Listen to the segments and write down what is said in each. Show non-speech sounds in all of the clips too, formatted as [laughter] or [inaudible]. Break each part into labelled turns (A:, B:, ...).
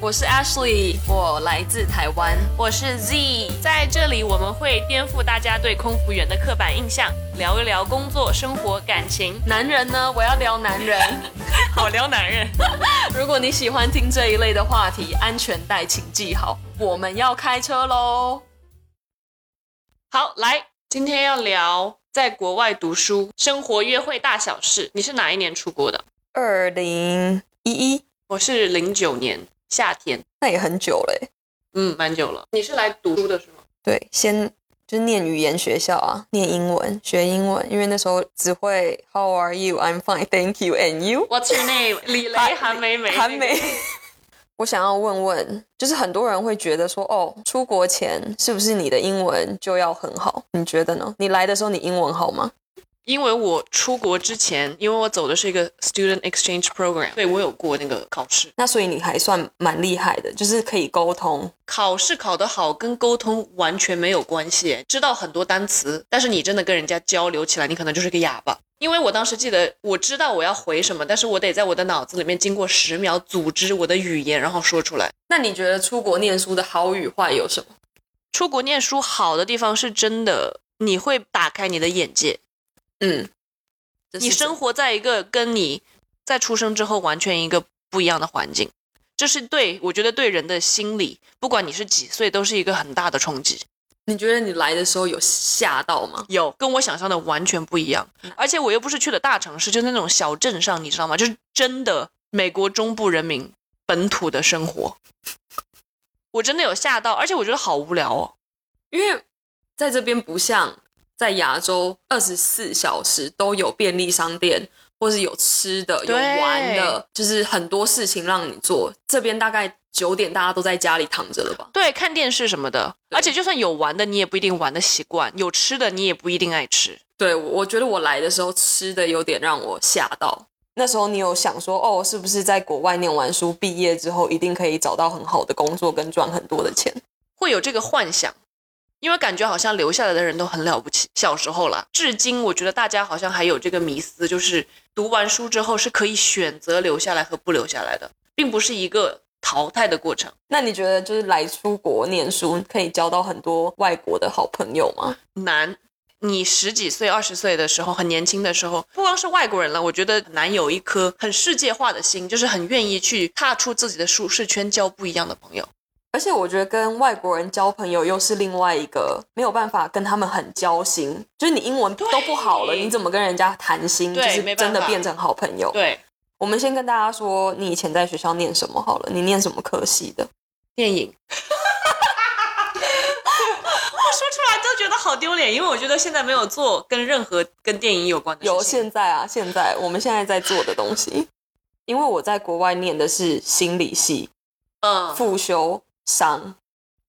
A: 我是 Ashley，我来自台湾。
B: 我是 Z，在这里我们会颠覆大家对空服员的刻板印象，聊一聊工作、生活、感情，
A: 男人呢？我要聊男人。
B: [laughs] 好聊男人。
A: [laughs] 如果你喜欢听这一类的话题，安全带请系好，我们要开车喽。
B: 好，来，今天要聊在国外读书、生活、约会大小事。你是哪一年出国的？
A: 二零一一，
B: 我是零九年夏天，
A: 那也很久嘞。
B: 嗯，蛮久了。你是来读书的是吗？
A: 对，先就是念语言学校啊，念英文，学英文，因为那时候只会 How are you? I'm fine, thank you, and you。
B: What's your name？李雷、
A: 韩
B: [laughs] 韩梅梅、
A: 韩美。 [laughs] 我想要问问，就是很多人会觉得说，哦，出国前是不是你的英文就要很好？你觉得呢？你来的时候你英文好吗？
B: 因为我出国之前，因为我走的是一个 student exchange program，对我有过那个考试。
A: 那所以你还算蛮厉害的，就是可以沟通。
B: 考试考得好跟沟通完全没有关系，知道很多单词，但是你真的跟人家交流起来，你可能就是个哑巴。因为我当时记得，我知道我要回什么，但是我得在我的脑子里面经过十秒组织我的语言，然后说出来。
A: 那你觉得出国念书的好与坏有什么？
B: 出国念书好的地方是真的，你会打开你的眼界，
A: 嗯，这是
B: 你生活在一个跟你在出生之后完全一个不一样的环境，这是对我觉得对人的心理，不管你是几岁，都是一个很大的冲击。
A: 你觉得你来的时候有吓到吗？
B: 有跟我想象的完全不一样，而且我又不是去的大城市，就那种小镇上，你知道吗？就是真的美国中部人民本土的生活， [laughs] 我真的有吓到，而且我觉得好无聊哦。
A: 因为在这边不像在亚洲，二十四小时都有便利商店，或是有吃的、有
B: 对
A: 玩的，就是很多事情让你做。这边大概九点大家都在家里躺着了吧？
B: 对，看电视什么的，
A: 对
B: 而且就算有玩的，你也不一定玩的习惯；有吃的，你也不一定爱吃。
A: 对，我我觉得我来的时候吃的有点让我吓到。那时候你有想说，哦，是不是在国外念完书，毕业之后一定可以找到很好的工作跟赚很多的钱？
B: 会有这个幻想，因为感觉好像留下来的人都很了不起。小时候啦，至今我觉得大家好像还有这个迷思，就是读完书之后是可以选择留下来和不留下来的，并不是一个淘汰的过程。
A: 那你觉得就是来出国念书，可以交到很多外国的好朋友吗？
B: 难。你十几岁、二十岁的时候，很年轻的时候，不光是外国人了，我觉得很难有一颗很世界化的心，就是很愿意去踏出自己的舒适圈，交不一样的朋友。
A: 而且我觉得跟外国人交朋友又是另外一个没有办法跟他们很交心，就是你英文
B: 对
A: 都不好了，你怎么跟人家谈心？就
B: 对
A: 是
B: 没办
A: 真
B: 法
A: 的变成好朋友。
B: 对，
A: 我们先跟大家说，你以前在学校念什么好了？你念什么科系的？
B: 电影。 [laughs] 我说出来都觉得好丢脸，因为我觉得现在没有做跟任何跟电影有关的
A: 有
B: 事情。
A: 现在啊，现在我们现在在做的东西，因为我在国外念的是心理系
B: 嗯
A: 复修商，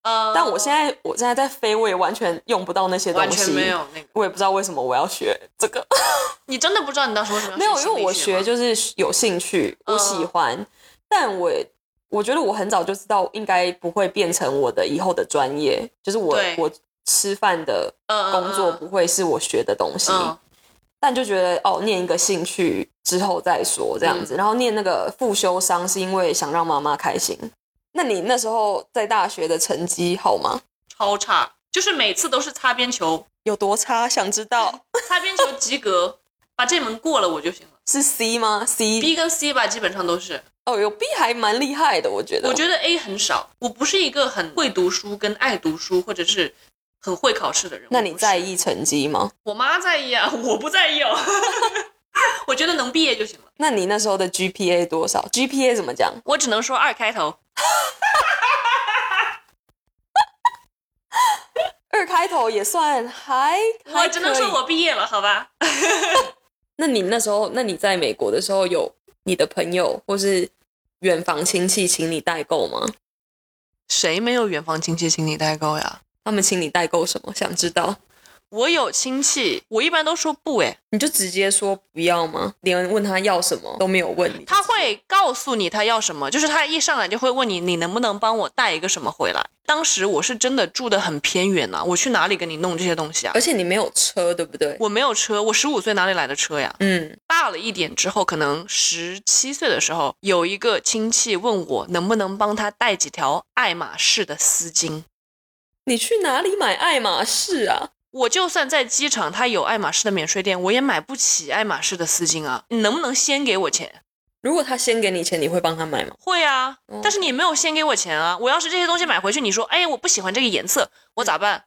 B: 嗯，
A: 但我现在我现在在飞，我也完全用不到那些东西，
B: 完全没。有那个，
A: 我也不知道为什么我要学这个，
B: 你真的不知道你当时为什么要
A: 没有，因
B: 心理
A: 为我
B: 学
A: 学
B: 吗
A: 就是有兴趣，
B: 嗯
A: 我喜欢，但我我觉得我很早就知道应该不会变成我的以后的专业，就是我
B: 对
A: 我吃饭的
B: 嗯嗯
A: 工作
B: 嗯
A: 不会是我学的东西，
B: 嗯
A: 但就觉得哦，念一个兴趣之后再说这样
B: 嗯
A: 子，然后念那个复修商是因为想让妈妈开心。那你那时候在大学的成绩好吗？
B: 超差，就是每次都是擦
A: [laughs]
B: 边球，
A: 有多差？想知道
B: 擦边球及格，把这门过了我就行了。
A: [laughs] 是 C 吗？C
B: B 跟 C 吧，基本上都是。
A: 哦，有 B 还蛮厉害的，我觉得。
B: 我觉得 A 很少，我不是一个很会读书、跟爱读书，或者是很会考试的人。
A: 那
B: 我
A: 你
B: 不是
A: 在意成绩吗？
B: 我妈在意啊，我不在意哦。 [laughs] 我觉得能毕业就行了。
A: 那你那时候的 GPA 多少？GPA 怎么讲？
B: 我只能说二开头，
A: 二开头也算还，还
B: 我只能
A: 可以
B: 说我毕业了，好吧？
A: 那你那时候，那你在美国的时候，有你的朋友或是远房亲戚请你代购吗？
B: 谁没有远房亲戚请你代购呀？
A: 他们请你代购什么？想知道？
B: 我有亲戚，我一般都说不哎诶，
A: 你就直接说不要吗？连问他要什么都没有问你，
B: 他会告诉你他要什么，就是他一上来就会问你，你能不能帮我带一个什么回来？当时我是真的住的很偏远呐、我去哪里给你弄这些东西啊？
A: 而且你没有车，对不对？
B: 我没有车，我十五岁哪里来的车呀？
A: 嗯，
B: 大了一点之后，可能十七岁的时候，有一个亲戚问我能不能帮他带几条爱马仕的丝巾。
A: 你去哪里买爱马仕啊？
B: 我就算在机场，他有爱马仕的免税店，我也买不起爱马仕的丝巾啊！你能不能先给我钱？
A: 如果他先给你钱，你会帮他买吗？
B: 会啊
A: 嗯，
B: 但是你没有先给我钱啊！我要是这些东西买回去，你说，哎，我不喜欢这个颜色，我咋办？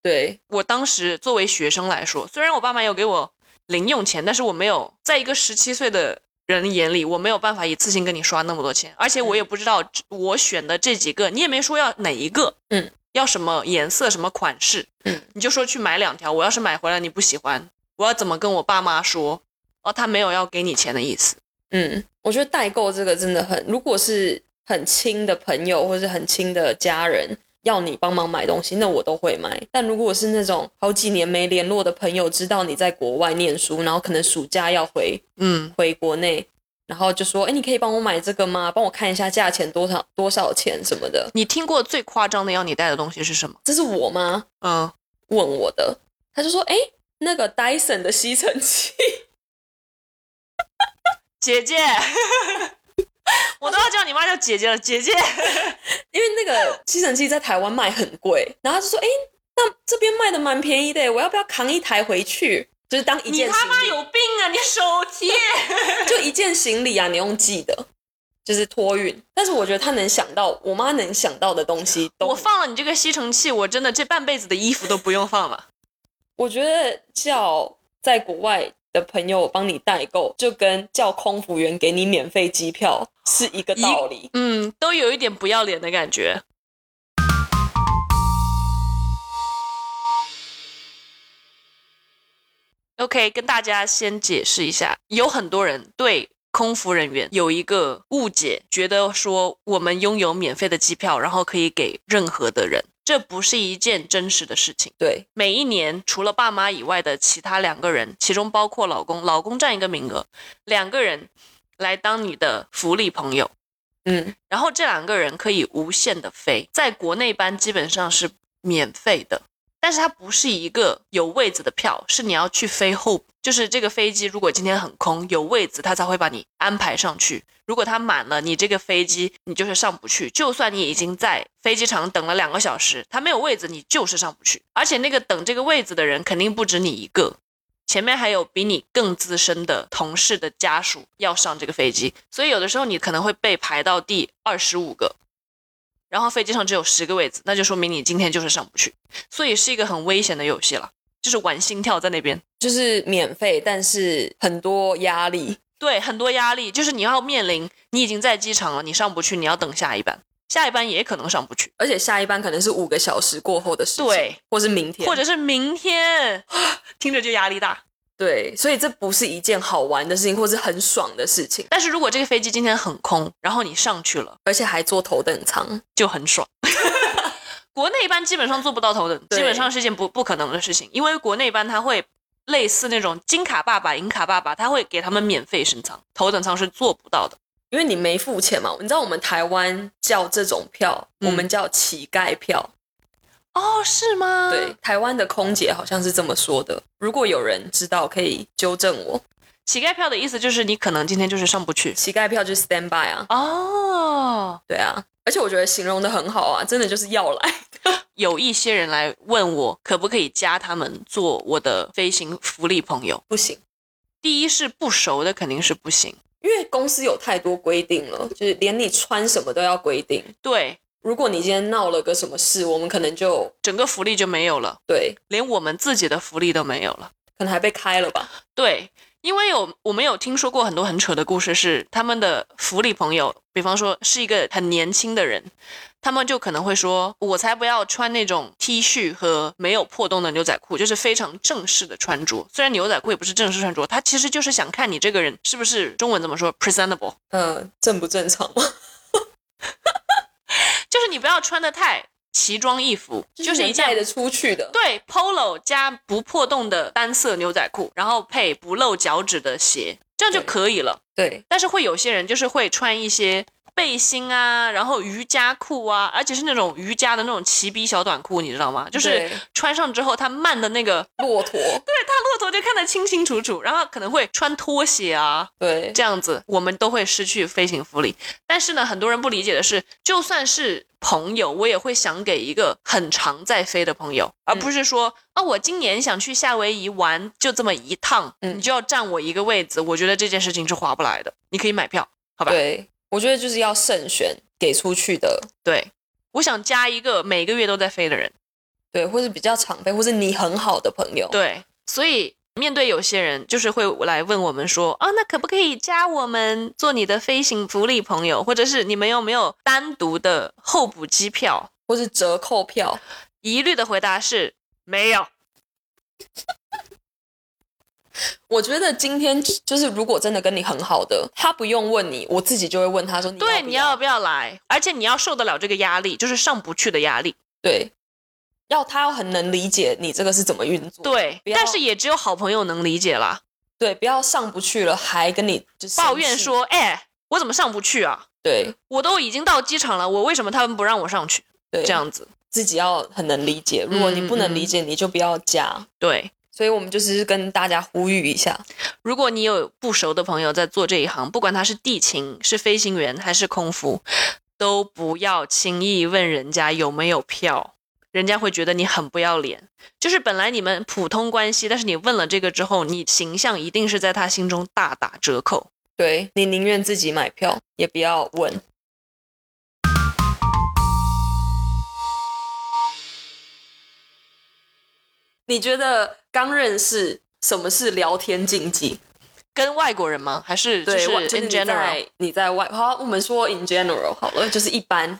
A: 对，
B: 我当时作为学生来说，虽然我爸妈有给我零用钱，但是我没有在一个十七岁的人眼里，我没有办法一次性跟你刷那么多钱，而且我
A: 嗯
B: 也不知道我选的这几个，你也没说要哪一个，
A: 嗯，
B: 要什么颜色、什么款式，
A: 嗯，
B: 你就说去买两条，我要是买回来你不喜欢，我要怎么跟我爸妈说？哦，他没有要给你钱的意思。
A: 嗯，我觉得代购这个真的很，如果是很亲的朋友或是很亲的家人要你帮忙买东西，那我都会买。但如果是那种好几年没联络的朋友，知道你在国外念书，然后可能暑假要回
B: 嗯，
A: 回国内，然后就说：“哎，你可以帮我买这个吗？帮我看一下价钱多少多少钱什么的。
B: 你听过最夸张的要你带的东西是什么”？
A: 这是我妈
B: 嗯，
A: 问我的，她就说：“哎，那个 Dyson 的吸尘器。”
B: 姐 [laughs] 姐，我都要叫你妈叫姐姐了，姐姐。
A: 因为那个吸尘器在台湾卖很贵，然后他就说：“哎、那这边卖的蛮便宜的，我要不要扛一台回去？就是当一
B: 你
A: 件
B: 他
A: 行
B: 妈有病啊！你手贴，
A: 李，就一件行李啊，你用寄的，就是托运。但是我觉得他能想到，我妈能想到的东西都，
B: [laughs] 我，放了你这个吸尘器，我真的这半辈子的衣服都不用放了。
A: 我觉得叫在国外的朋友帮你代购，就跟叫空服员给你免费机票是一个道理。
B: 嗯，都有一点不要脸的感觉。OK，跟大家先解释一下，有很多人对空服人员有一个误解，觉得说我们拥有免费的机票，然后可以给任何的人，这不是一件真实的事情。
A: 对，
B: 每一年除了爸妈以外的其他两个人，其中包括老公，老公占一个名额，两个人来当你的福利朋友，
A: 嗯，
B: 然后这两个人可以无限的飞，在国内班基本上是免费的，但是它不是一个有位子的票，是你要去飞后，就是这个飞机如果今天很空有位子，它才会把你安排上去。如果它满了，你这个飞机你就是上不去，就算你已经在飞机场等了两个小时，它没有位子，你就是上不去。而且那个等这个位子的人肯定不止你一个，前面还有比你更资深的同事的家属要上这个飞机，所以有的时候你可能会被排到第二十五个，然后飞机上只有十个位子，那就说明你今天就是上不去，所以是一个很危险的游戏了，就是玩心跳在那边。
A: 就是免费，但是很多压力。
B: 对，很多压力，就是你要面临你已经在机场了，你上不去，你要等下一班，下一班也可能上不去，
A: 而且下一班可能是五个小时过后的事情，
B: 对，
A: 或是明天，
B: 或者是明天， [gasps] 听着就压力大。
A: 对，所以这不是一件好玩的事情，或是很爽的事情，
B: 但是如果这个飞机今天很空，然后你上去了。
A: 而且还坐头等舱，
B: 就很爽。 [laughs] 国内班基本上做不到头等，
A: 对
B: 基本上是一件不不可能的事情，因为国内班它会类似那种金卡爸爸、银卡爸爸，他会给他们免费升舱，头等舱是做不到的。
A: 因为你没付钱嘛。你知道我们台湾叫这种票，
B: 嗯
A: 我们叫乞丐票。
B: 哦，是吗？
A: 对，，台湾的空姐好像是这么说的。如果有人知道，可以纠正我。
B: 乞丐票的意思就是你可能今天就是上不去。
A: 乞丐票就是 stand by 啊，
B: 哦，
A: 对啊。而且我觉得形容的很好啊，真的就是要来。 [laughs]
B: 有一些人来问我可不可以加他们做我的飞行福利朋友。
A: 不行，
B: 第一是不熟的肯定是不行，
A: 因为公司有太多规定了，就是连你穿什么都要规定。
B: 对，
A: 如果你今天闹了个什么事，我们可能就
B: 整个福利就没有了，
A: 对，
B: 连我们自己的福利都没有了。
A: 可能还被开了吧。
B: 对，因为有我们有听说过很多很扯的故事是，他们的福利朋友，比方说是一个很年轻的人，他们就可能会说：“我才不要穿那种 T 恤和没有破洞的牛仔裤，就是非常正式的穿着。虽然牛仔裤也不是正式穿着，他其实就是想看你这个人是不是中文怎么说 presentable，
A: 嗯、正不正常吗？
B: 就是你不要穿的太。”奇装异服， [laughs] 就是
A: 能
B: 一
A: 带
B: 件
A: 得出去的。
B: 对 polo 加不破洞的单色牛仔裤，然后配不露脚趾的鞋，这样就
A: 对
B: 可以了。
A: 对，
B: 但是会有些人就是会穿一些背心啊，然后瑜伽裤啊，而且是那种瑜伽的那种齐逼小短裤，你知道吗？就是
A: 对
B: 穿上之后，它漫的那个
A: 骆
B: [laughs]
A: 驼，
B: 大骆驼就看得清清楚楚，然后可能会穿拖鞋啊，
A: 对
B: 这样子我们都会失去飞行福利。但是呢，很多人不理解的是，就算是朋友，我也会想给一个很常在飞的朋友，而
A: 嗯
B: 不是说啊、我今年想去夏威夷玩，就这么一趟，
A: 嗯
B: 你就要占我一个位子。我觉得这件事情是划不来的。你可以买票，好吧？
A: 对，我觉得就是要慎选给出去的，
B: 对我想加一个每个月都在飞的人。
A: 对，或是比较常备，或是你很好的朋友，
B: 对，所以面对有些人，就是会来问我们说，啊，那可不可以加我们做你的飞行福利朋友，或者是你们有没有单独的候补机票？
A: 或是折扣票，
B: 一律的回答是没有。
A: 我觉得今天就是，如果真的跟你很好的，他不用问你，我自己就会问他说你要不
B: 对，你要不要来？而且你要受得了这个压力，就是上不去的压力。
A: 对，要他要很能理解你这个是怎么运作，
B: 对
A: 不，要
B: 但是也只有好朋友能理解啦。
A: 对，不要上不去了还跟你就是
B: 抱怨，说，哎，我怎么上不去啊？
A: 对
B: 我都已经到机场了，我为什么他们不让我上去？
A: 对，
B: 这样子，
A: 自己要很能理解，如果你不
B: 嗯
A: 能理解，你就不要加。
B: 对，
A: 所以我们就是跟大家呼吁一下，
B: 如果你有不熟的朋友在做这一行，不管他是地勤、是飞行员还是空服，都不要轻易问人家有没有票，人家会觉得你很不要脸。就是本来你们普通关系，但是你问了这个之后，你形象一定是在他心中大打折扣。
A: 对你宁愿自己买票，也不要问。你觉得刚认识什么是聊天禁忌？
B: 跟外国人吗？还是就
A: 对，
B: 是
A: 我就是
B: in
A: 你
B: general？
A: 在你在外，好，我们说 in general 好了，就是一般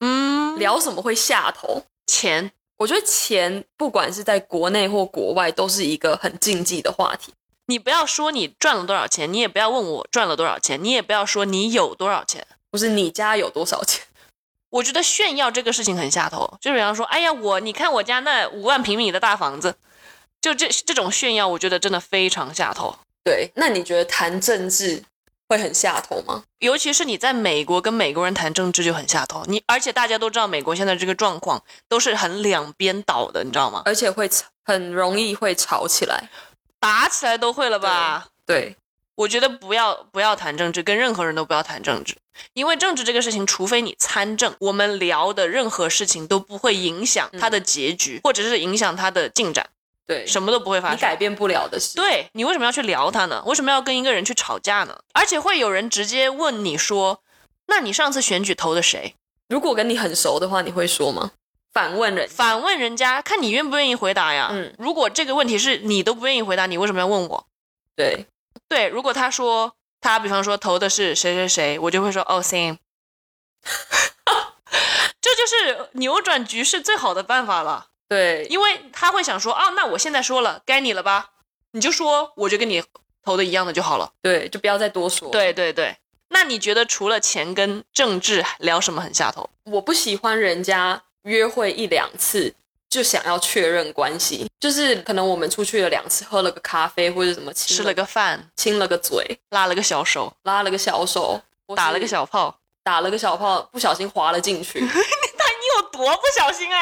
B: 嗯，
A: 聊什么会下头。
B: 钱
A: 我觉得钱不管是在国内或国外，都是一个很禁忌的话题。
B: 你不要说你赚了多少钱，你也不要问我赚了多少钱，你也不要说你有多少钱。
A: 不是你家有多少钱？
B: 我觉得炫耀这个事情很下头，就比方说，哎呀，我你看我家那五万平米的大房子，就这这种炫耀，我觉得真的非常下头。
A: 对，那你觉得谈政治会很下头吗？
B: 尤其是你在美国跟美国人谈政治就很下头，你而且大家都知道美国现在这个状况都是很两边倒的，你知道吗？
A: 而且会吵，很容易会吵起来。
B: 打起来都会了吧？
A: 对
B: 我觉得不要不要谈政治，跟任何人都不要谈政治，因为政治这个事情，除非你参政，我们聊的任何事情都不会影响
A: 嗯
B: 它的结局，或者是影响它的进展，
A: 对，
B: 什么都不会发生。
A: 你改变不了的事。
B: 对你为什么要去聊他呢？为什么要跟一个人去吵架呢？而且会有人直接问你说：“那你上次选举投的谁
A: 如果跟你很熟的话，你会说吗？反问人？”，
B: 反问人家，看你愿不愿意回答呀。
A: 嗯，
B: 如果这个问题是你都不愿意回答，你为什么要问我？
A: 对
B: 对，如果他说他比方说投的是谁谁谁，我就会说：“哦，same。” [laughs] 这就是扭转局势最好的办法了，
A: 对，
B: 因为他会想说：“哦，那我现在说了，该你了吧？你就说，我就跟你投的一样的就好了。”
A: 对，就不要再多说。，
B: 对对对，那你觉得除了钱跟政治聊什么很下头？
A: 我不喜欢人家约会一两次。就想要确认关系，就是可能我们出去了两次，喝了个咖啡或者什么，亲
B: 吃了个饭，
A: 亲了个嘴，
B: 拉了个小手，
A: 拉了个小手，或是
B: 打了个小炮，
A: 打了个小炮，不小心滑了进
B: [laughs]
A: 去，
B: 你有多不小心啊？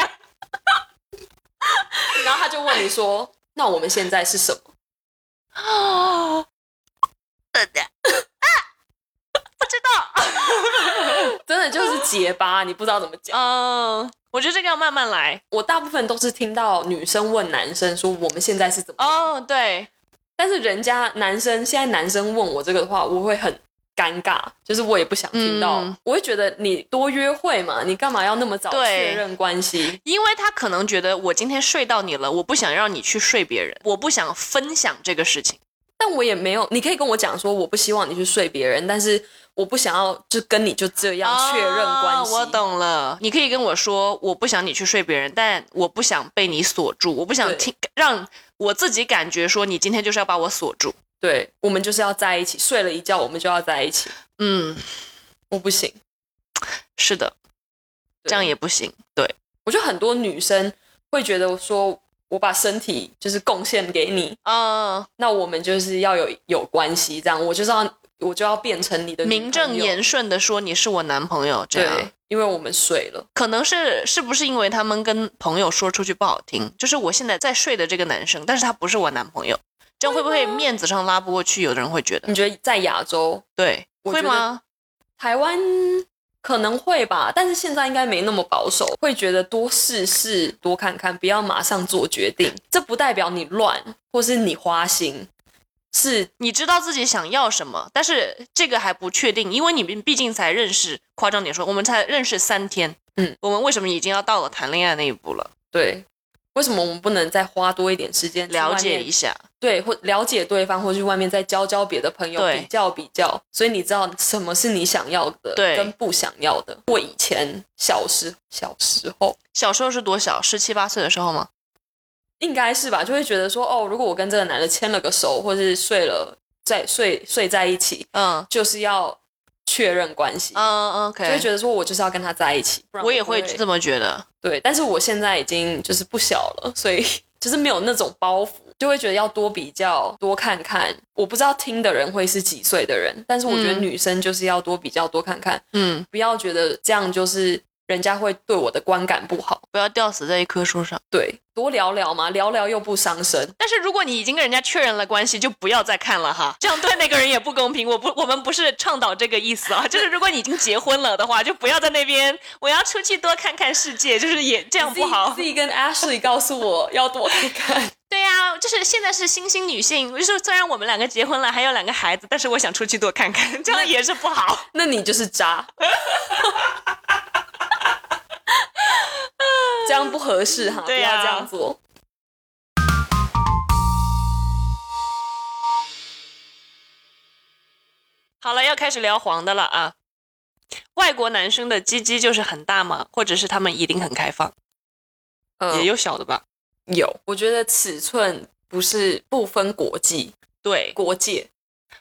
A: 然后他就问你说：“那我们现在是什么？”
B: [gasps] 啊，真的。
A: [laughs] 真的就是结巴，你不知道怎么讲。
B: [laughs] 嗯，我觉得这个要慢慢来。
A: 我大部分都是听到女生问男生说：“我们现在是怎么
B: 哦，对，？”
A: 但是人家男生现在男生问我这个的话，我会很尴尬，就是我也不想听到，
B: 嗯
A: 我会觉得你多约会嘛，你干嘛要那么早
B: 对
A: 确认关系？
B: 因为他可能觉得我今天睡到你了，我不想让你去睡别人，我不想分享这个事情。
A: 但我也没有，你可以跟我讲说我不希望你去睡别人，但是我不想要就跟你就这样确认关系。
B: 哦我懂了，你可以跟我说，我不想你去睡别人，但我不想被你锁住，我不想
A: 对
B: 听，让我自己感觉说你今天就是要把我锁住。
A: 对，我们就是要在一起，睡了一觉我们就要在一起，
B: 嗯，
A: 我不行，
B: 是的，
A: 对
B: 这样也不行。对，
A: 我觉得很多女生会觉得说，我把身体就是贡献给你，
B: 嗯，
A: 那我们就是要有有关系，这样我就是要我就要变成你的女
B: 名正
A: 朋友
B: 言啊顺的说你是我男朋友，这样
A: 对，因为我们睡了，
B: 可能是是不是因为他们跟朋友说出去不好听，就是我现在在睡的这个男生，但是他不是我男朋友，这样会不会面子上拉不过去？有的人会觉得，
A: 你觉得在亚洲嗯
B: 对，
A: 我
B: 会
A: 觉得
B: 吗？
A: 台湾可能会吧，但是现在应该没那么保守，会觉得多试试、多看看，不要马上做决定。这不代表你乱，或是你花心，是
B: 你知道自己想要什么，但是这个还不确定，因为你们毕竟才认识，夸张点说，我们才认识三天，
A: 嗯，
B: 我们为什么已经要到了谈恋爱那一步了？
A: 对。为什么我们不能再花多一点时间去
B: 了
A: 外
B: 解
A: 面
B: 一下，
A: 对，或了解对方，或去外面再交交别的朋友，
B: 对
A: 比较比较，所以你知道什么是你想要的，
B: 对
A: 跟不想要的。我以前小时小时候
B: 小时候是多小？十七八岁的时候吗？
A: 应该是吧，就会觉得说，哦，如果我跟这个男的牵了个手，或是睡了在睡睡在一起，
B: 嗯
A: 就是要确认关系，
B: 嗯
A: 就会
B: ，OK，
A: 觉得说我就是要跟他在一起，不然
B: 我也
A: 不
B: 会这么觉得，
A: 对，但是我现在已经就是不小了，所以 [laughs] 就是没有那种包袱，就会觉得要多比较、多看看。我不知道听的人会是几岁的人，但是我觉得
B: 嗯
A: 女生就是要多比较、多看看，
B: 嗯，
A: 不要觉得这样就是人家会对我的观感不好。
B: 不要吊死在一棵树上。
A: 对，多聊聊嘛，聊聊又不伤身。
B: 但是如果你已经跟人家确认了关系，就不要再看了哈，这样对那个人也不公平。我不，我们不是倡导这个意思啊，就是如果你已经结婚了的话，就不要在那边我要出去多看看世界，就是也这样不好
A: 自。己跟 Ashley 告诉我要多看看，
B: 对呀、就是现在是新兴女性，就是虽然我们两个结婚了，还有两个孩子，但是我想出去多看看，这样也是不好。 [laughs]
A: 那你就是渣。 [laughs] 这样不合适哈，
B: 对
A: 不
B: 啊
A: 要这样做。
B: 好了，要开始聊黄的了啊。外国男生的鸡鸡就是很大吗？或者是他们一定很开放？
A: 嗯
B: 也有小的吧？
A: 有，我觉得尺寸不是不分国际
B: 对，
A: 国界。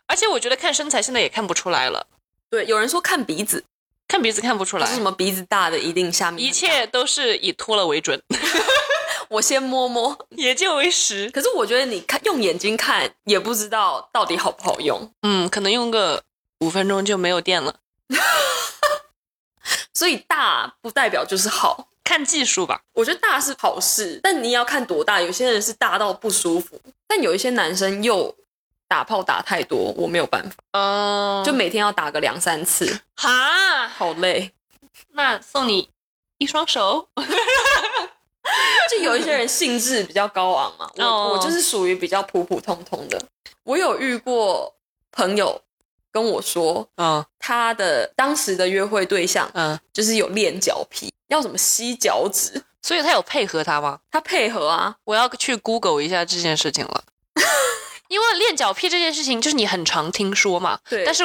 B: 而且我觉得看身材现在也看不出来了，
A: 对，有人说看鼻子，
B: 看鼻子看不出
A: 不
B: 来。
A: 是什么鼻子大的一定下面
B: 一
A: 很大。
B: 切都是以脱了为准， [laughs]
A: 我先摸摸，
B: 眼见为实。
A: 可是我觉得你看用眼睛看也不知道到底好不好用，
B: 嗯，可能用个五分钟就没有电了，
A: 所以大不代表就是好。
B: 看技术吧。
A: 我觉得大是好事，但你要看多大。有些人是大到不舒服，但有一些男生又打炮打太多，我没有办法，
B: 嗯
A: 就
B: 就
A: 每天要打个两三次，
B: 哈，
A: 好累。
B: 那送你一双手。
A: 就有一些人兴致比较高昂嘛，我、
B: 哦
A: 我就是属于比较普普通通的。我有遇过朋友跟我说，
B: 嗯
A: 他的当时的约会对象呃
B: 嗯，
A: 就是有练脚皮，要什么吸脚趾，
B: 所以他有配合他吗？
A: 他配合啊，
B: 我要去 Google 一下这件事情了， [laughs] 因为练脚癖这件事情就是你很常听说嘛，
A: 对
B: 但是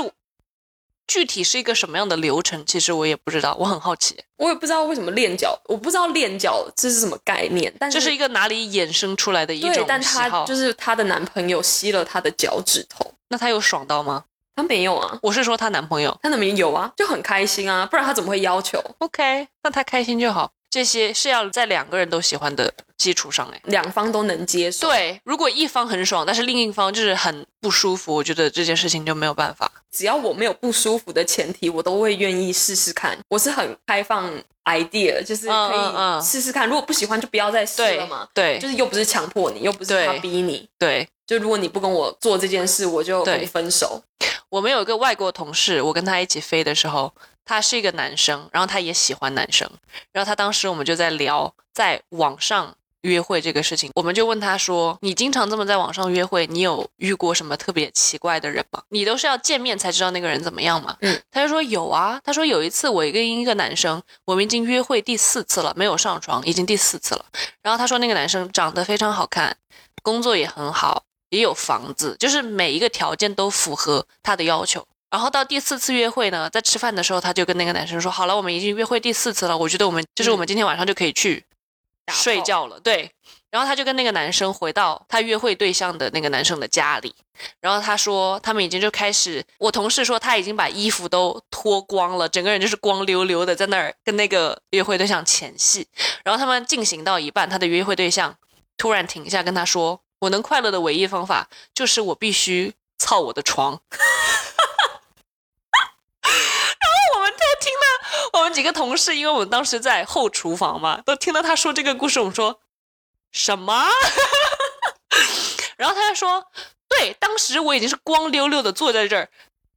B: 具体是一个什么样的流程，其实我也不知道，我很好奇，
A: 我也不知道为什么练脚，我不知道练脚这是什么概念，但是
B: 这是一个哪里衍生出来的一种
A: 对，但
B: 喜
A: 她
B: 好？
A: 就是她的男朋友吸了她的脚趾头，
B: 那他有爽到吗？
A: 她没有啊，
B: 我是说她男朋友。
A: 她男朋友有啊，就很开心啊，不然她怎么会要求？
B: OK，那他开心就好。这些是要在两个人都喜欢的基础上，哎，
A: 两方都能接受，
B: 对，如果一方很爽，但是另一方就是很不舒服，我觉得这件事情就没有办法。
A: 只要我没有不舒服的前提，我都会愿意试试看。我是很开放 idea，就是
B: 嗯
A: 可
B: 嗯嗯
A: 以试试看。如果不喜欢就不要再试了
B: 对
A: 嘛，。
B: 对，
A: 就是又不是强迫你，又不是他
B: 对
A: 逼你。
B: 对。
A: 就如果你不跟我做这件事，我就
B: 对
A: 跟你分手。
B: 我们有一个外国同事，我跟他一起飞的时候，他是一个男生，然后他也喜欢男生，然后他当时我们就在聊在网上约会这个事情，我们就问他说：“你经常这么在网上约会，你有遇过什么特别奇怪的人吗？你都是要见面才知道那个人怎么样吗？”
A: 嗯，
B: 他就说有啊，他说有一次我跟一个男生，我们已经约会第四次了，没有上床，已经第四次了，然后他说那个男生长得非常好看，工作也很好，也有房子，就是每一个条件都符合他的要求。然后到第四次约会呢，在吃饭的时候，他就跟那个男生说：“好了，我们已经约会第四次了，我觉得我们就是我们今天晚上就可以去。
A: 打炮
B: 睡觉了，对。然后他就跟那个男生回到他约会对象的那个男生的家里，然后他说他们已经就开始，我同事说他已经把衣服都脱光了，整个人就是光溜溜的在那儿跟那个约会对象前戏。然后他们进行到一半，他的约会对象突然停下，跟他说：“我能快乐的唯一方法就是我必须操我的床。” [laughs] 我们都听到， [laughs] 我们几个同事，因为我们当时在后厨房嘛，都听到他说这个故事，我们说什么？ [laughs] 然后他就说，对，当时我已经是光溜溜的坐在这儿，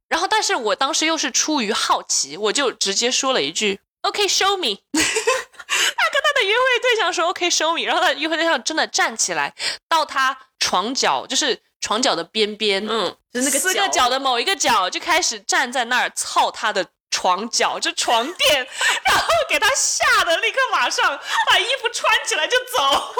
B: 然后但是我当时又是出于好奇，我就直接说了一句 “OK，show、me”。他 [laughs] 跟他的约会对象说 “OK，show、me”，然后他的约会对象真的站起来到他床角，就是床角的边边，
A: 嗯，就是那个
B: 四个角的某一个角就开始站在那儿操他的床角，就床垫， [laughs] 然后给他吓得立刻马上把衣服穿起来就走。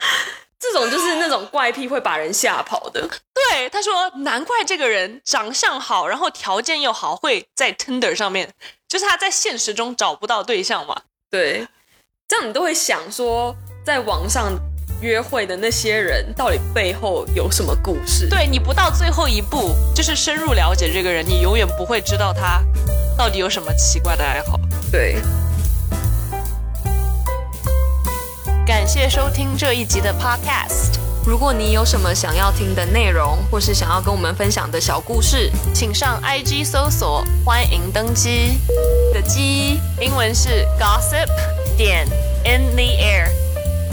B: [laughs]
A: 这种就是那种怪癖会把人吓跑的。
B: 对，他说难怪这个人长相好，然后条件又好，会在 Tinder 上面，就是他在现实中找不到对象嘛。
A: 对，这样你都会想说，在网上约会的那些人到底背后有什么故事？，
B: 对你不到最后一步，就是深入了解这个人，你永远不会知道他到底有什么奇怪的爱好。
A: 对，
B: 感谢收听这一集的 Podcast。
A: 如果你有什么想要听的内容，或是想要跟我们分享的小故事
B: 请上 IG 搜索“欢迎登机
A: 的鸡，”，
B: 英文是 gossip 点 in the air。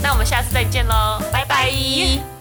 B: 那我们下次再见喽，拜拜